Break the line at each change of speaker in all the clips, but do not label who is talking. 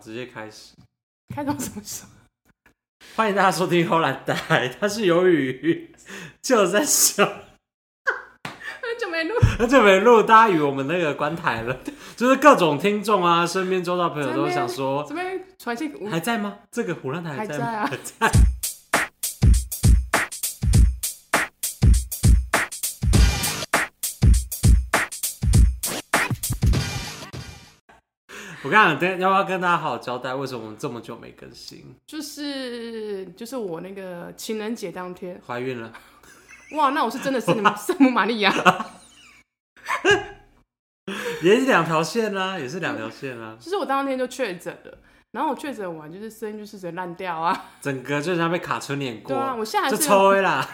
直接开始，
开到什么时候？
欢迎大家收听《后来带》，他是由于就在笑，
很久 没录，
很久没录，大家以为我们那个关台了， 就是各种听众啊，身边周遭朋友都想说，
这边传信我
还在吗？这个胡乱台
还
在
在
吗？
啊，
我刚想跟要不要跟大家好好交代，为什么我们这么久没更新？
就是就是我那个情人节当天，
怀孕了，
哇，那我是真的是 你们圣母玛利亚，
也是两条线啦、也是两条线啊啦、
就是我当天就确诊了，然后我确诊完就是声音就是直接烂掉啊，
整个就像被卡车碾
对
过，
啊，我现在还
就是抽
有
灰啦。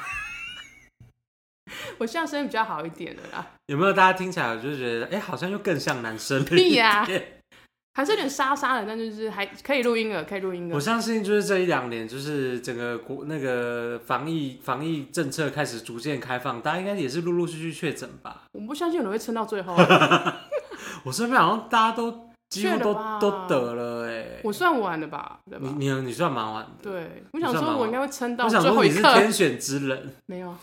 我现在声音比较好一点了啦，
有没有大家听起来就觉得，哎、好像又更像男生了一
屁
点？
呀还是有点沙沙的，但就是还可以录音了，可以录音
我
了，
相信就是这一两年，就是整个国那个防疫防疫政策开始逐渐开放，大家应该也是陆陆续续确诊吧？
我不相信有人会撑到最后啊，
我身边好像大家都几乎
确
都
了吧
都得了哎、
我算晚了吧，对
你
吧？
你你算蛮晚的，
对，
你
我想
算蛮
说我
晚
应该会撑到
我想
最
说
后
你
一
是
刻
天，选之人。
没有，啊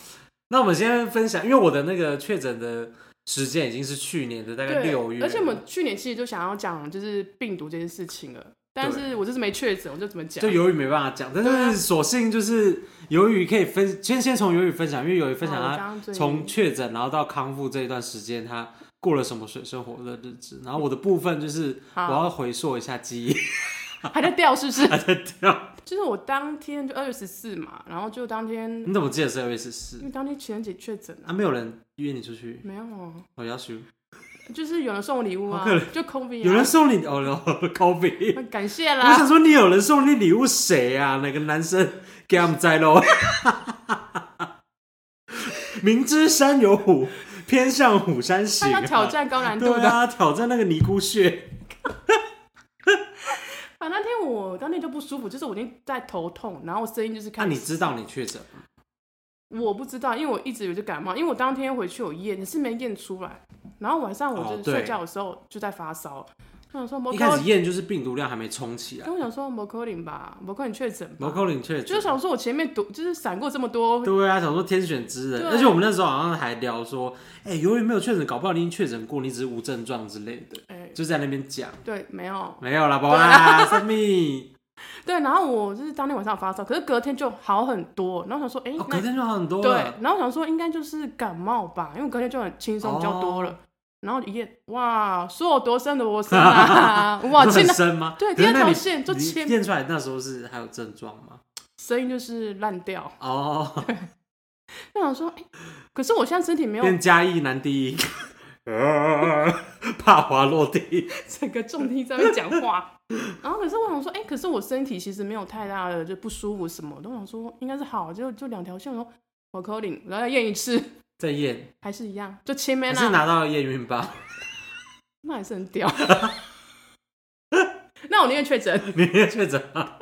那我们现在分享，因为我的那个确诊的时间已经是去年的大概
对，
六月了，
而且我们去年其实就想要讲就是病毒这件事情了，但是我就是没确诊，我就怎么讲
就？由于没办法讲，
对
但
啊
是索性就是由于可以分，先先从由于分享，因为由于分享
哦我
他
刚刚最
从确诊然后到康复这一段时间，他过了什么水深火热的日子。然后我的部分就是我
好
要回溯一下记忆，
还在掉是不是？
还在掉。
就是我当天就二月十四嘛，然后就当天
你怎么记得是二月十
因
四？
为当天情人节确诊了，
啊，没有人约你出去，
没有啊，
我要去，
就是有人送我礼物啊
好可怜，
就 COVID，、啊、
有人送你哦，no，高比。
那感谢
我
啦
想，说，你有人送你礼物谁啊？哪个男生给他们摘喽？ 明知山有虎，偏向虎山行、
他
啊。
要挑战高难度
对
的。
啊，挑战那个尼姑穴。
啊，那天我当天就不舒服，就是我已经在头痛，然后我声音就是
那、
看
啊你知道你确诊吗？
我不知道，因为我一直以为就感冒，因为我当天回去有验，可是没验出来。然后晚上我
哦
就是
对
睡觉的时候就在发烧，我想说摩
一
可
开始，验就是病毒量还没冲起来
因，为我想说摩可林吧，摩可林确诊
毛
吧，
孔林确
就是
诊。
想说我前面读就是闪过这么多，
对啊，想说天选之人，
对
而且我们那时候好像还聊说，哎、由于没有确诊，搞不好你已经确诊过，你只是无症状之类的，
哎、
就在那边讲，
对，没有，
没有啦，宝
啊
啦，生命。
对。然后我就是当天晚上有发烧，可是隔天就好很多。然后想说，哎、
哦，隔
那
天就好很多
对
了。，
然后我想说应该就是感冒吧，因为隔天就很轻松比较多了。
哦
然后一验，哇，说我多深的我 深啊，哇，
你说
真
很
的
深吗？
对
可是那
第二条
你
线就
你
切
验出来那时候是还有症状吗？
声音就是烂掉。
哦，
就想说，哎、可是我现在身体没有 啊
变嘉义男低音，怕滑落地。
整个重听在那边讲话，然后可是我想说，哎、可是我身体其实没有太大的就不舒服什么的，我想说应该是好，就就两条线，我说我口令，然后要验一次，
再验，
还是一样，就切面
还是
啦，
拿到了验孕棒？
那还是很屌。 那我宁愿确诊。
你也确诊吗？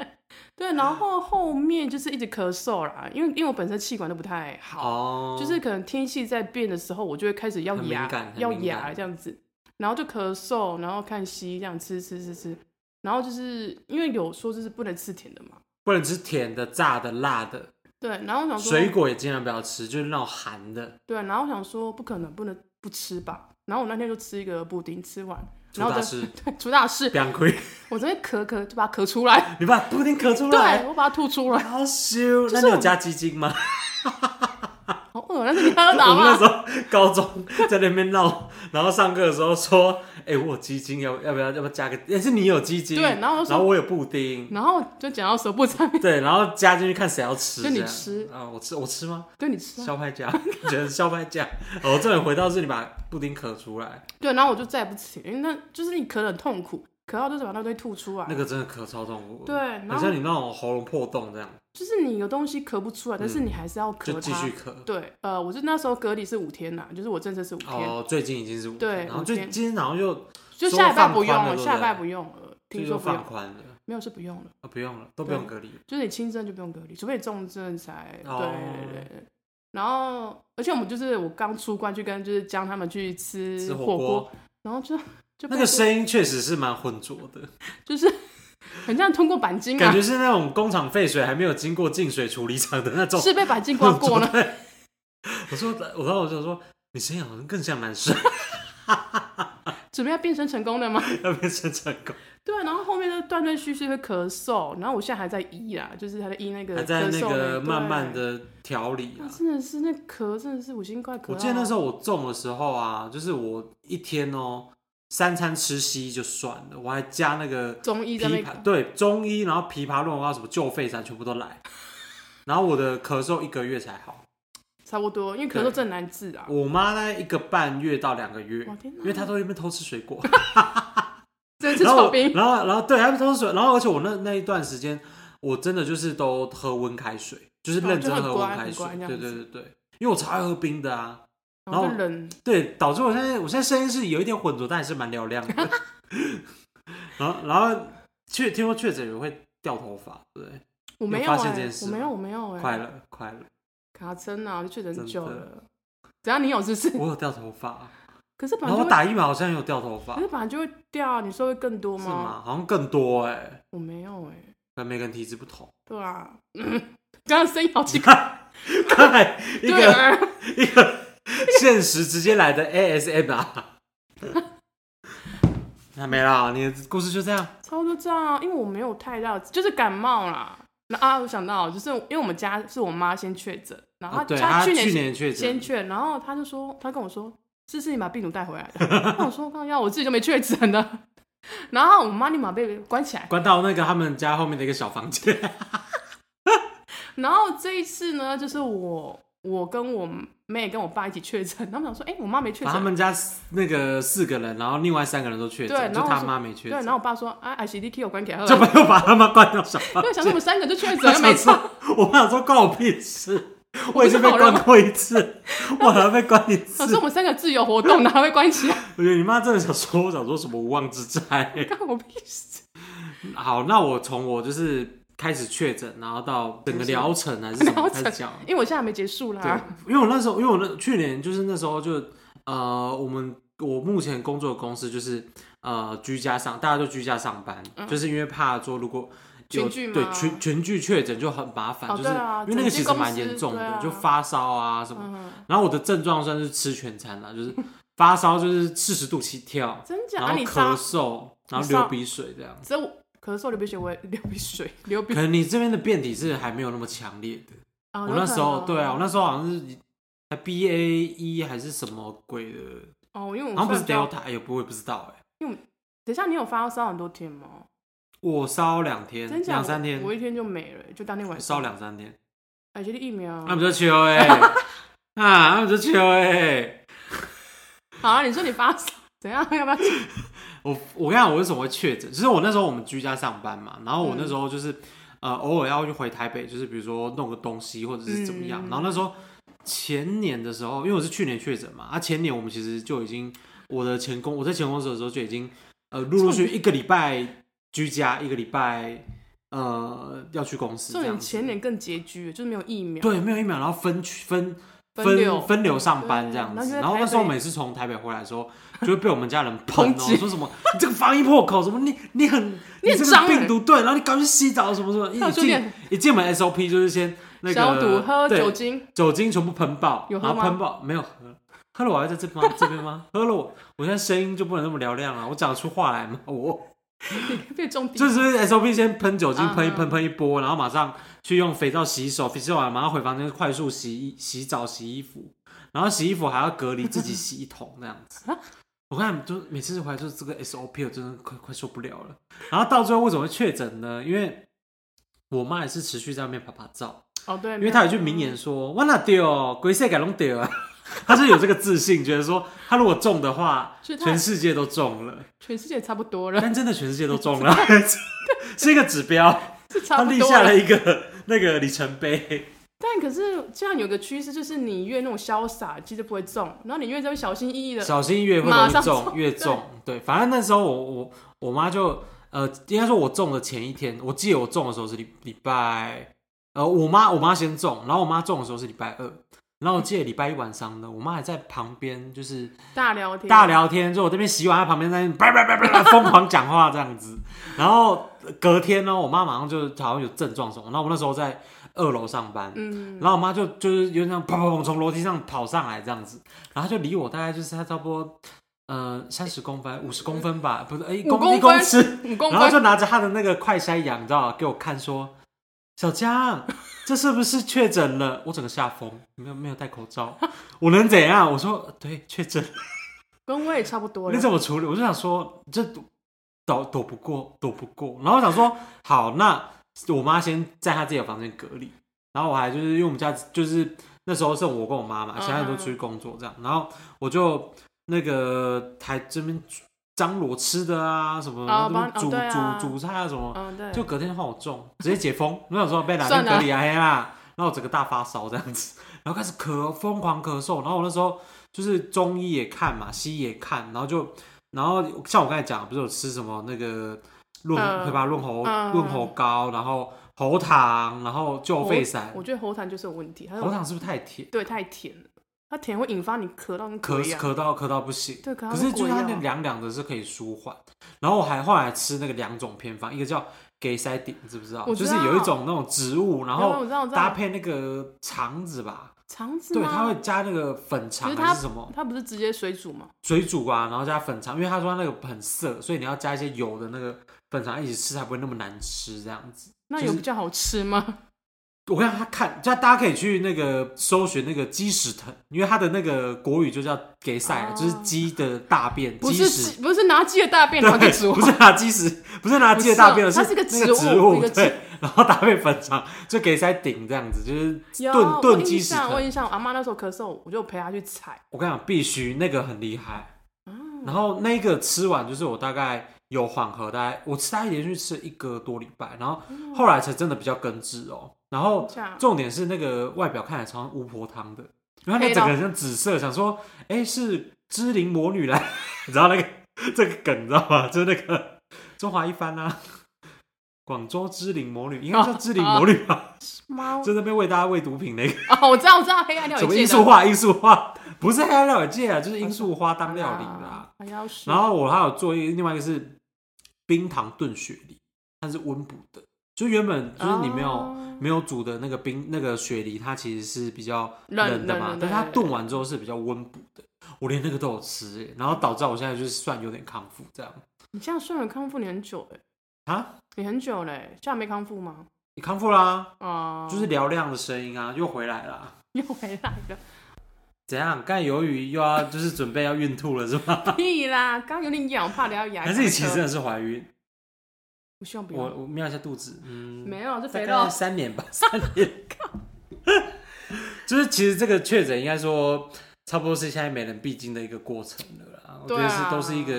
对，然后后面就是一直咳嗽啦，因为因为我本身气管都不太 好，
哦，
就是可能天气在变的时候，我就会开始要
很敏感
牙
很
要
敏
牙
感
这样子，然后就咳嗽，然后看西医这样吃吃吃吃，然后就是因为有说就是不能吃甜的嘛，
不能吃甜的、炸的、辣的，
对，然后我想说
水果也尽量不要吃，就是那种寒的。
对，然后我想说不可能不能不吃吧，然后我那天就吃一个布丁，吃完，然
主
后
打
就是 对 出大事，
两亏，
我真的咳咳就把它咳出来，
你把布丁咳出来，
对我把它吐出来，
好羞。那
是
你有
我
加鸡精吗？
好恶，哦那是你喝
我
到
们那时
吗？
候高中在那边闹，然后上课的时候说，哎，我有鸡精，要要不要要不要加个？也是你有鸡精，
对然后我就说
我有布丁。
然后就讲到舌部上面，
对，然后加进去看谁要吃，
就你
这样
吃
啊？我吃，我吃吗？
对你吃啊，
肖派家，你 觉得肖派家？哦，这里回到是你把布丁咳出来，
对，然后我就再也不吃甜，因为那就是你咳得很痛苦，咳到就是把那堆吐出来，
那个真的咳超痛苦，
对，，然
好
后
像你那种喉咙破洞这样，
就是你有东西咳不出来，但是你还是要咳
嗯就
它。
继续咳。
对，呃，我是那时候隔离是五天呐、就是我政策是五天，
哦，最近已经是五天
对
然后
五
最
天
今天好像又
就
说
下礼拜
放
不用
宽了
了，
对不
下礼拜
对
不用了，听
就
说
又
不用
放，宽了，
没有是不用了，
啊，不用了，都不
对
用隔离。
就是你轻症就不用隔离，除非你重症才、
哦
对对对对。然后，而且我们就是我刚出关去跟就是江他们去吃
吃火
火
锅，
然后就就
那
被
个声音确实是蛮浑浊的，
就是 很像通过钣金
感
啊，
觉是那种工厂废水还没有经过净水处理厂的那种。
是被 钣金刮过呢。
我说，我刚我就说，你声音好像更像男生，
准备要变身成功的吗？
要变成成功，
对啊，然后后面就断断续续会咳嗽，然后我现在还在医啦，就是还在医那个
还
咳
在那
嗽
个
对
慢慢的调理
哇
啊。
真的是哦那咳，真的是我心快咳。
我记得那时候我中的时候啊，就是我一天哦三餐吃西医就算了，我还加那个
中医在那
枇
边
杷
咳
对中医，然后枇杷论啊什么旧肺散全部都来，然后我的咳嗽一个月才好，
差不多，因为咳
对
嗽真的难治啊。
我妈呢一个半月到两个月
哇，天哪
因为她都在那边偷吃水果，
这次
然后
草
我
冰，
然后然后对，她偷吃水，然后而且我那那一段时间，我真的就是都喝温开水，就是
哦
认真
就很
喝
乖
温开
很
水
乖这，样
对
子
对对对，因为我超爱喝冰的啊，
然后
然
就
后
冷，
对，导致我现在我现在声音是有一点浑浊，但还是蛮嘹亮的。 然后然后确听说确诊也会掉头发，对不对，
我没
有
有
发现
哎
这件，事
我没有，我没有
快
哎，
了快了，
卡针啊，我就确诊很
真
久
的
了。只要你有是不是？
我有掉头发，啊
可是本
然
来
后
就
我
会，
打疫苗好像也有掉头发，
可是本来就会掉啊，你说会更多
是
吗？
吗？好像更多哎、
我没有哎，
但每个人体质不同。
对啊， 刚刚声音好
你
奇怪，
看，看一
对
个
啊。
一个现实直接来的 ASMR。那没啦，你的故事就这样。
差不多这样啊，因为我没有太大，就是感冒啦。那啊，我想到，就是因为我们家是我妈先确诊，然后
啊、对，
她
他
去
去
年
年确
先
诊，
确诊，然后她就说，她跟我说，是是你把病毒带回来 的。那我说，刚要我自己就没确诊的。 然后我妈立马被关起来。
关到那个他们家后面的一个小房间。
然后这一次呢，就是我我跟我妹跟我爸一起确诊，他们想说，哎、我妈没确
把他
诊，
们家那个四个人，然后另外三个人都确
对
诊，
然
就
后
他
是
妈没确
对，然
诊，
后我爸说，啊，I C D K 我关起来了，
就
因
把又把他妈关到小房
为想说
间。
我们三个就确诊
他
了，没
想
错，
说，我想说关我屁事， 我
不
已
是
经被
好人
关
吗
过一次，我还要被关一次
想。 说我们三个自由活 动，然后被关起来，
我觉得你妈真的想说，我想说什么无妄之灾。
干我屁事。
好，那我从我就是开始确诊，然后到整个疗程还是什么
疗
开
程啊
始讲。
因为我现在还没结束
对
啦。，
因为我那时候，因为我那去年就是那时候就呃，我们我目前工作的公司就是呃居家上，大家都居家上班，就是因为怕说如果有
嗯群聚吗
对群群聚确诊就很麻烦，
哦
就是
对啊
因为那个其实
整间公司
蛮严重的，
对啊
就发烧啊什么。
嗯，
然后我的症状算是吃全餐啦，就是发烧就是四十度起 跳，
真假？
然
啊，
后
你
咳
烧，
嗽，然后
你
流
烧
鼻水这样。
只有我咳嗽、流鼻血，我也流鼻水、流鼻
可能你这边的变体是还没有那么强烈的。
啊。
我那时候对啊，我那时候好像是 B A 一还是什么鬼的，
那哦，因为我
好像不是
算到
Delta，哎也不会不知道哎、
等一下，你有发烧很多天吗？
我烧两天
真，假？
两三天
我，我一天就没了，就当天晚上
烧。两三天，
哎，就是疫苗。
那不就秋 哎，啊，那不就秋哎。
好啊，你说你发烧怎样？要不要？
我我跟你讲，我为什么会确诊？就是我那时候我们居家上班嘛，然后我
嗯
那时候就是、呃偶尔要去回台北，就是比如说弄个东西或者是怎么样。
嗯
然后那时候前年的时候，因为我是去年确诊嘛，啊前年我们其实就已经我的前公我在前公司的时候就已经呃陆陆续续一个礼拜居家，一个礼拜呃要去公司
重
这样
点
子
前年更拮据，就是没有疫苗。
对，没有疫苗，然后分区分
分
分
流嗯
分流上班这样
对然后就
子。
在
然后那
台
时候
北
每次从台北回来的时候，就会被我们家人喷
抨
哦，
击
说什么你这个防疫破口，什么你你很
你很
这个
脏
病
欸
毒对，然后你赶快去洗澡什么什么。
还
一
有就
进
练
一进门 SOP 就是先那个
消毒、喝
对
酒精，
酒精全部喷爆，
有喝
然后
吗
喷爆没有喝。喝了我还在这吗？这边吗？ 喝了我，我现在声音就不能那么嘹亮了，啊我讲得出话来吗？ 我
变重
就
点。
是 SOP 先喷酒精
啊
喷一喷喷一波，然后马上去用肥皂洗手，洗完马上回房间快速洗衣洗澡洗衣服，然后洗衣服还要隔离自己洗一桶那样子。我看就每次回来就是这个 SOP，我真的快快受不了了。然后到最后为什么会确诊呢？因为我妈也是持续在外面拍拍照，
哦，对，
因
没
为她有一句名言说：“我那丢，鬼世改拢丢啊。”她是有这个自信，觉得说她如果中的话，
所以她
全世界都中了。
全世界差不 多了，
但真的全世界都中了， 是一个指标，
是差
他
不
立
多
下了
了。
一个 那个里程碑。
但可是这样有个趋势，就是你越那种潇洒，其实不会中，然后你越这种小心翼翼的，
小心越会容
马
易
上
中，
中
越中。对，反正那时候我我我妈就呃，应该说我中的前一天，我记得我中的时候是礼礼拜，呃，我妈我妈先中，然后我妈中的时候是礼拜二，然后我记得礼拜一晚上呢，我妈还在旁边就是
大聊天，
大聊天，就我这边洗碗，她旁边在那边叭叭叭叭叭疯狂讲话这样子。然后隔天呢，我妈马上就好像有症状什么，然后我那时候在二楼上班，
嗯，
然后我妈就就是有点像砰砰砰从楼梯上跑上来这样子，然后她就离我大概就是她差不多呃三十公分、五十公分吧，不是哎一
五
公一
公
公
分
尺，
五公
然后
分，
就拿着她的那个快筛羊，你知道吗给我看说，小江，这是不是确诊了？我整个吓疯，没有没有戴口罩，我能怎样？我说对，确诊，
跟我也差不多
你
了。
怎么处理？我就想说这躲躲不过，躲不过，然后我想说好，那我妈先在她自己的房间隔离，然后我还就是因为我们家就是那时候剩我跟我妈嘛，
嗯
其他人都出去工作这样，然后我就那个还这边张罗吃的啊什么，
哦
然后
帮
煮
哦对啊
煮煮菜啊什么，
嗯，对，
就隔天换我中， 直接解封。我想说被哪天
算了
隔离啊嘿啦，然后我整个大发烧这样子，然后开始咳，疯狂咳嗽。然后我那时候就是中医也看嘛，西医也看，然后就然后像我刚才讲，不是有吃什么那个润
嗯
对吧？润喉
嗯
润喉膏，然后喉糖，然后救肺散。
我觉得喉糖就是有问题，它
喉
是
糖是不是太甜？
对太甜了，它甜会引发你咳到跟
咳
鬼一样。
咳到咳到不行。
对，咳到
可
跟
是就是
鬼一
它
样啊
那凉凉的是可以舒缓，然后我还后来吃那个两种偏方，一个叫给塞顶，知不知道？
我
就是
知道
有一种那种植物，然后
有我知道我知
搭
道
配那个肠子吧，
肠子
对，
吗
它会加那个粉肠
可是
还是什么
它不是直接水煮吗？
水煮啊，然后加粉肠，因为他说它那个很涩，所以你要加一些油的那个粉肠一起吃才不会那么难吃这样子。
那
就
有
是
比较好吃吗？
我看他看，就大家可以去那个搜寻那个鸡屎藤，因为它的那个国语就叫给塞，
哦
就是鸡的大便，
不
鸡
是
屎
鸡不是拿鸡 的大便然后去煮啊
对，不是拿鸡屎，不是拿鸡的大便，
不是啊
是
它是个
那
植物
植
一个植
对，然后搭配粉肠，就给塞顶这样子，就是
有
炖
我
炖鸡
印
屎
象，我
藤。
印象，我阿妈那时候咳嗽，我就陪她去采。
我跟你讲，必须那个很厉害。
嗯
然后那个吃完，就是我大概有缓和，大概我吃大概连续吃了一个多礼拜，然后
嗯
后来才真的比较根治哦。然后
这样
重点是那个外表看起来超像巫婆汤的，然后那
黑
整
到
个人像紫色，想说，哎、是芝灵魔女来， 你知道那个这个梗你知道吗？就是那个中华一番啊，广州芝灵魔女，应该叫芝灵魔女吧？
猫
就在那边为大家喂毒品那个，
哦，我知哦道，我知道，黑暗料
什
理
么
界
罂
的
粟花，罂粟花不是黑暗料理界啊，就是罂粟花当料理啦。
啊，还要是
然后我还有做一个另外一个是冰糖炖雪梨，它是温补的，就原本就是你没有、
哦
没有煮的那个冰那个雪梨，它其实是比较
冷
冷的嘛，
冷冷的
但它炖完之后是比较温补的。我连那个都有吃耶，然后导致我现在就是算有点康复这样
你这样算了康复你很久哎，
啊，
你很久欸嘞，这样没康复吗？
你康复啦，
啊，
就是嘹亮的声音啊，又回来啦。
又回来了。
怎样？刚才由于又要就是准备要孕吐了是吗？
屁啦，刚有点痒，怕聊牙。
还是你其实真的是怀孕？
不希望不
我
要，
我瞄一下肚子，嗯，
没有，是
大
肥肉
概。三年吧， 三年。就是其实这个确诊应该说，差不多是现在每人必经的一个过程了啦。我觉得
对
是
啊
都是一个，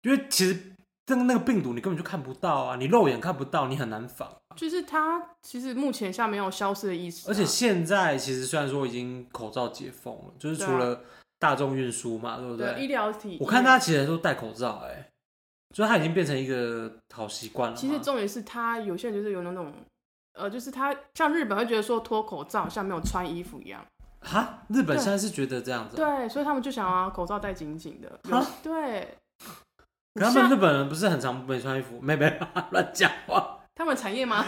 因为其实那个那个病毒你根本就看不到啊，你肉眼看不到，你很难防。
就是它其实目前下没有消失的意思、啊
而且现在其实虽然说已经口罩解封了，就是除了大众运输嘛，对不
啊对医啊
对？
疗体，
我看大家其实都戴口罩、哎，所以它已经变成一个好习惯了嘛。
其实重点是他有些人就是有那种，呃，就是他像日本会觉得说脱口罩像没有穿衣服一样，
哈，日本
对
现在是觉得这样子啊、
对，所以他们就想要口罩戴紧紧的，有
啊
对。
可他
像
们日本人不是很常没穿衣服，没没 乱讲话。
他们产业吗？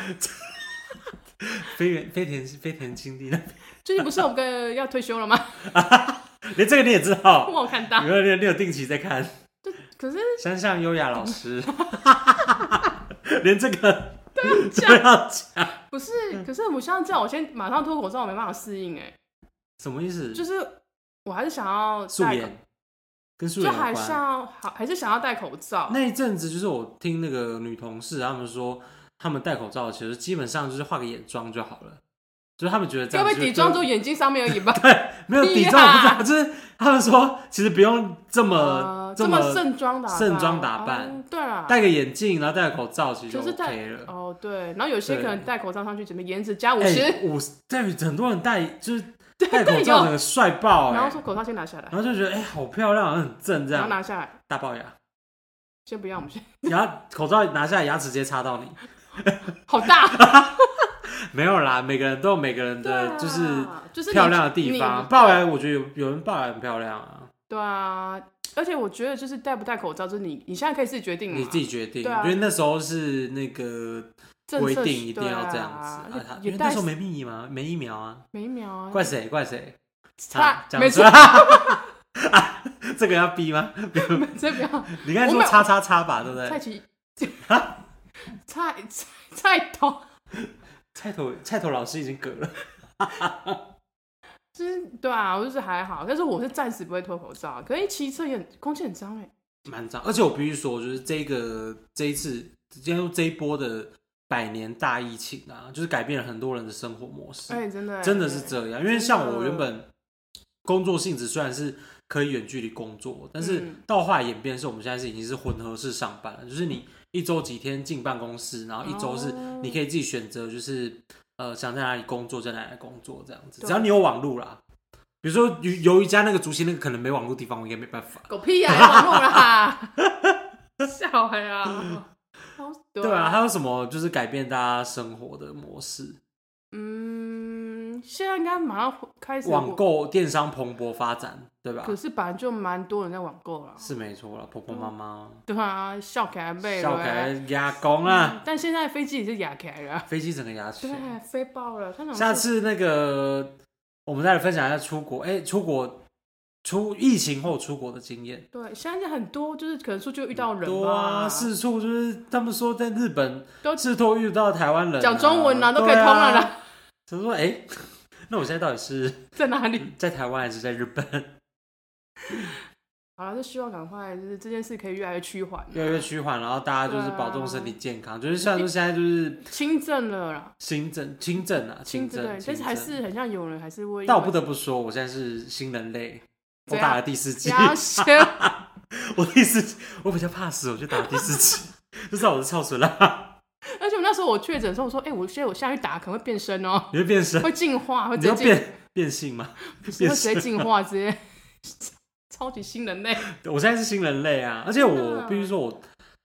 飞原飞田飞田青地那边，
最近不是有个要退休了吗？
连这个你也知道，
我有看到
你，有你有你有定期在看
可是
山上优雅老师， 连这 个
这
都
样
要讲，
不
嗯
是？可是我现在这样，我先马上脱口罩，我没办法适应哎、
什么意思？
就是我还是想要
素
戴口，
颜跟素
就
颜有
还是
关。
要好，还是想要戴口罩。
那一阵子就是我听那个女同事她们说，她们戴口罩其实基本上就是画个眼妆就好了，就是她们觉得这
要
样
被
就
底妆就眼睛上面而已吧，
没有底
屁
妆，我不知
啦
道，就是她们说其实不用这么
呃，这么
么
盛装打扮
盛装打扮
哦对啊，
戴个眼镜，然后戴个口罩，其实
就是戴
OK 了。
哦，对，然后有些
对
可能戴口罩上去，怎么颜值加五
哎
十，
五十，对，很多人戴就是
对
戴口
对
罩，
有
整个帅爆哎、
然后说口罩先拿下来，
然后就觉得哎、好漂亮，很正这
然后
样，
拿下来，
大龅牙，
先不要，我们先，
然后口罩拿下来，牙齿直接插到你，
好大，
没有啦，每个人都有每个人
对
的
啊，
就是
就是你
漂亮的地
你
方。龅牙，我觉得有有人龅牙很漂亮啊，
对啊，而且我觉得就是戴不戴口罩，就是你你现在可以自己决定嘛，
你自己决定。
对啊
因为那时候是那个
政
规
策
定一定
对
要这样
啊
子，啊他
而且
因为
也
那
戴
时候没疫苗嘛，没疫苗啊，
每一秒啊，
怪谁怪谁？
差
啊讲
没
出
错
来， 啊，这个要逼吗？
这 不要
你刚才
我
说
没有
叉叉叉吧，对不
蔡
对？
奇，蔡蔡蔡头，
菜头菜头老师已经嗝了，
就是对啊，我就是还好，但是我是暂时不会脱口罩，可是骑车也很空气很脏哎、
蛮脏。而且我必须说，就是这个这一次，今天这一波的百年大疫情啊，就是改变了很多人的生活模式。
哎、真的、欸、
真的是这样，因为像我
真的
原本工作性质虽然是可以远距离工作，但是
嗯
到后来演变是我们现在是已经是混合式上班了，就是你一周几天进办公室，然后一周是
嗯哦
你可以自己选择，就是呃想在哪里工作在哪里工作这样子，
对
只要你有网路啦。比如说鱿鱿鱼家那个竹席那个可能没网络地方，我应该没办法。
狗屁呀、啊，网络 啦，啊笑哎呀、好对
对啊，还有什么就是改变大家生活的模式？
嗯，现在应该马上开始
网，购电商蓬勃发展，对吧
可？是嗯本来就蛮多人在网购了，
是没错啦，婆婆妈妈
对啊，笑起来欸被
笑起来牙公啊。
但现在飞机也是哑起来了，
飞机整个牙齿。
嗯对，啊飞爆了。他想说
下次那个我们再来分享一下出国，哎、出国出疫情后出国的经验。
对，现在很多就是可能出去遇到人
多
吧，
啊，四处就是他们说在日本
都
是都遇到台湾人、
讲中文
啊，
啊，都可以通了
对
啦，
啊。他、说，哎、 那我现在到底是
在哪里？
在台湾还是在日本？
好了，就希望赶快就是这件事可以越来越趋缓啊，
越来越趋缓，然后大家就是
对啊
保重身体健康。
啊
就是虽然说现在就是
轻症了啦，
轻症、轻症啊，轻症
症，对，但是还
轻症
是很像有人还是会因为，
但我不得不说，我现在是新人类，我
怎样
打了第四剂。
加先
我第四集，我比较怕死，我就打第四集， 就知道我是超损啦，
而且我那时候我确诊的时候，我说，哎、我现在我下去打可能会变 身哦、
你会变身，
会进化，会
你
直接
要
进，
变变性吗？
不是
变
会直接
身
进化，直接 超级新人类。
我现在是新人类啊，而且我
啊
必须说，我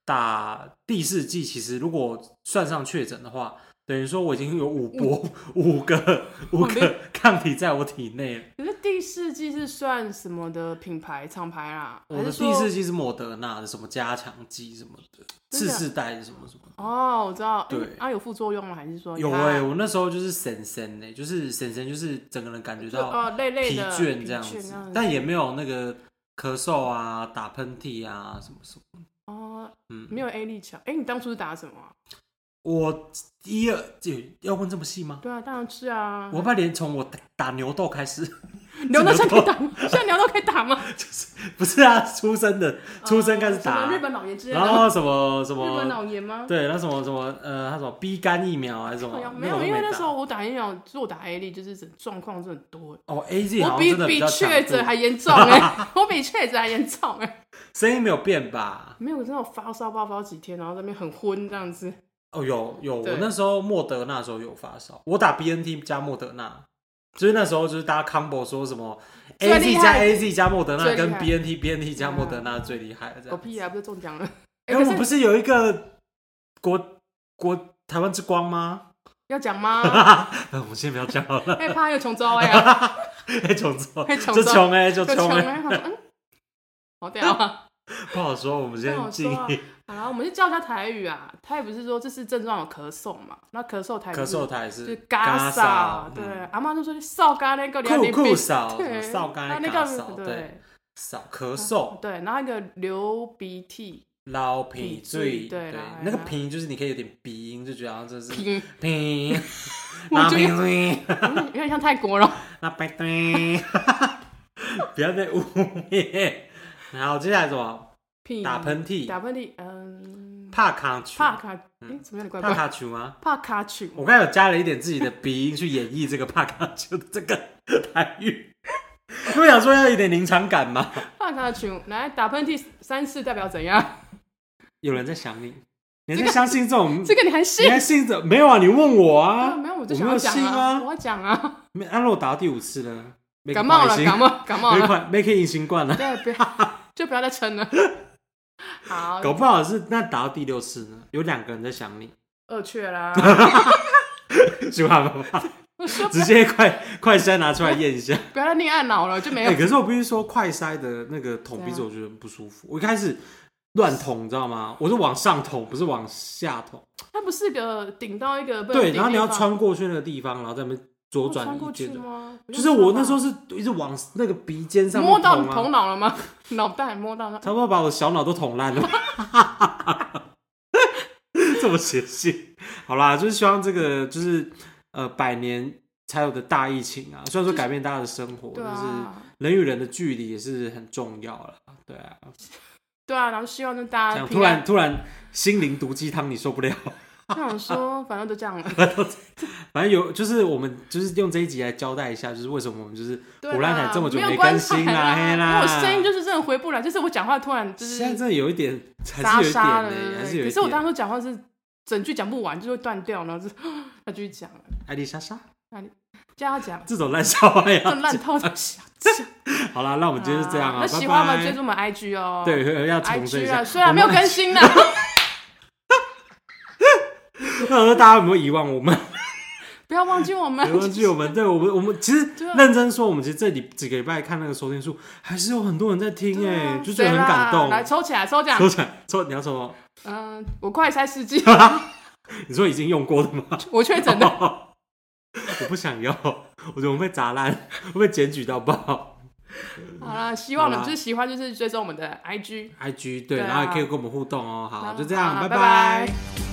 打第四季，其实如果算上确诊的话，等于说我已经有五
嗯
波五个五个 抗体在我体内了。
可是第四季是算什么的品牌厂牌啦？
我的
还是说
第四季是莫德纳的什么加强剂什么的，次
真的啊
世代什么什么的。
哦，我知道，哎
对
啊有副作用吗？还是说
有哎、
哎、
我那时候就是神神呢，就是神神就是整个人感觉
就
到
哦累累
疲
的
倦这样
疲
子
倦这啊样，
但也没有那个咳嗽啊、打喷嚏啊什么什么。
哦
嗯，
没有 A 力强。哎、你当初是打什么啊、
我一二有要问这么细吗？
对啊，当然是啊。
我要不要连从我打打牛痘开始？
牛肉现在可
牛
以打吗？ 现在牛肉可以打吗？
不是啊，出生的 出生开始
哦什
打
么，日本老爷之类的，
然后什么什
日本
么
老爷吗？
对，然后什么什么呃，他什么 B 肝疫苗还是什么
好？像哦没
那个我
有，
都
因为那
打
时候我打疫苗，就是我打 A 力，就是整状况真的很多。
哦 A Z 好像
我比
真的
比
较强
确诊还严重哎、 我比确诊还严重哎、
声音没有变吧？
没有，真的我发烧爆发几天，然后在那边很昏这样子。
哦，有有，我
对
那时候莫德纳的时候有发烧，我打 B N T 加莫德纳，就是那时候就是大家 combo 说什么
最
A Z
厉
加
害
A Z 加莫德纳
最厉
跟
害
B N T B N T 加莫德纳最厉害的这
狗
样。
屁啊，不是中奖了？
哎、
哎、
我
可
们不
是
是有一个国国台湾之光吗？
要讲吗？
那我们先不要讲好了，
害怕又穷周哎呀，
哎，穷子，
哎穷
这
子
穷哎，就
又
穷
穷
哎，
哎，好像嗯，好屌啊！
不好说，我们
不
先
好
进
说啊好啦，我们就教一下台语啊。台语不是说这是症状有咳嗽嘛？那咳嗽台语
咳
就是
嗽台
就是
是
嘎
嘎
嗽，
嗯
对，啊阿妈就说你少嘎那个
酷酷扫，什么
对，
扫干
那
嘎
个
扫，对，
对
扫咳嗽。
对，然后一个流鼻涕，
捞鼻最
鼻嗯
对
对啦，
那个
啦
鼻就是你可以有点鼻音，就觉得好像 这是
嗯
鼻，
我
捞
觉
鼻
得
嘴，
有点像泰国了。
那白对， 不要再污蔑。然后接下来什么？
屁
打喷嚏，
打喷嚏，嗯，
怕卡丘，
帕卡，哎，怎么有点怪
怕
怪？
卡丘吗？
帕卡丘，
我刚才有加了一点自己的鼻音去演绎这个怕卡丘的这个台语，因为想说要有一点临场感嘛。
帕卡丘，来打喷嚏三次代表怎样？
有人在想你，你还在相信这种？
这个你还
你
信？
还信这？没有啊，你问我
啊，
啊，
没有，我
我
就想
没有
要讲
信啊
啊，我要讲啊，
没，安若打到第五次了，没
感
不
冒
好
了，
意思
感冒，感冒
没
了，
款没可以隐形冠了，
对，不要，就不要再撑了。好，
搞不 好是那打到第六次呢，有两个人在想你，
二雀啦，
循 环妈妈，
我说
直接快快筛拿出来验一下。
不要再恋爱脑了，就没
哎、
有。
可是我必须说，快塞的那个捅鼻子，
怎样
我觉得很不舒服。我一开始乱捅，你知道吗？我是往上捅，不是往下捅。
它不是个顶到一个不能
对，
顶
然后你
的
要
地方
穿过去那个地方，然后在那边左
我
转
哦穿
一
过去
圈的。
吗？不
就
用
是我
穿
那时候
吧
是一直往那个鼻尖上面
摸到
捅
你
啊
头脑了吗？ 脑袋摸到了，
差不多把我小脑都捅烂了。 这么邪性，好啦，就是希望这个就是呃百年才有的大疫情啊，虽然说改变大家的生活，
对
但是
啊，
人与人的距离也是很重要了。对啊，
对啊，然后希望就
这
大家
样
平
突
安
然。突然心灵毒鸡汤你受不了，
我想说，反正都这样了，
反正有就是我们就是用这一集来交代一下，就是为什么我们就是
对
胡
啦
烂台这么久
没有
没
关
更新
系
啦嘿啦
我声音就是真的回不来，就是我讲话突然就
现在
是
真的有一点还
沙
是有一点
沙
呢、
的，对
还
不
是
对？
有
可
一
是我
点。
当时讲话是整句讲不完，就会断掉，然后就 要继续讲了，
艾丽莎莎
叫 他讲，
这种烂笑话也
这
要
烂透的想讲。
好啦，那我们今天就这样啊，
那
拜
喜欢我们
拜
追踪我们 IG 哦，
对，要重申一
，IG 啊，
下。
虽然没有更新啦，
我想说 大家有没有遗忘我 们？
不要忘记我们，
别忘记我们，对我们，我们其实
哎对啊
认真说，我们其实这里几个礼拜看那个收听数，还是有很多人在听
对
哎
啊，
就觉得很感
谁啦来
动。
抽起来，抽奖
抽。奖抽，你要抽吗？
嗯，我快筛试剂，
你说已经用过的吗？
我确诊
哦
的。
我不想要，我觉得我会被砸烂， 会被检举到爆。
好啦，希望你
好
们
啦
就是喜欢，就是追踪我们的 IG。
IG 对，
对啊
然后也可以跟我们互动哦。好，就这
好
样，
啦
拜
拜拜
拜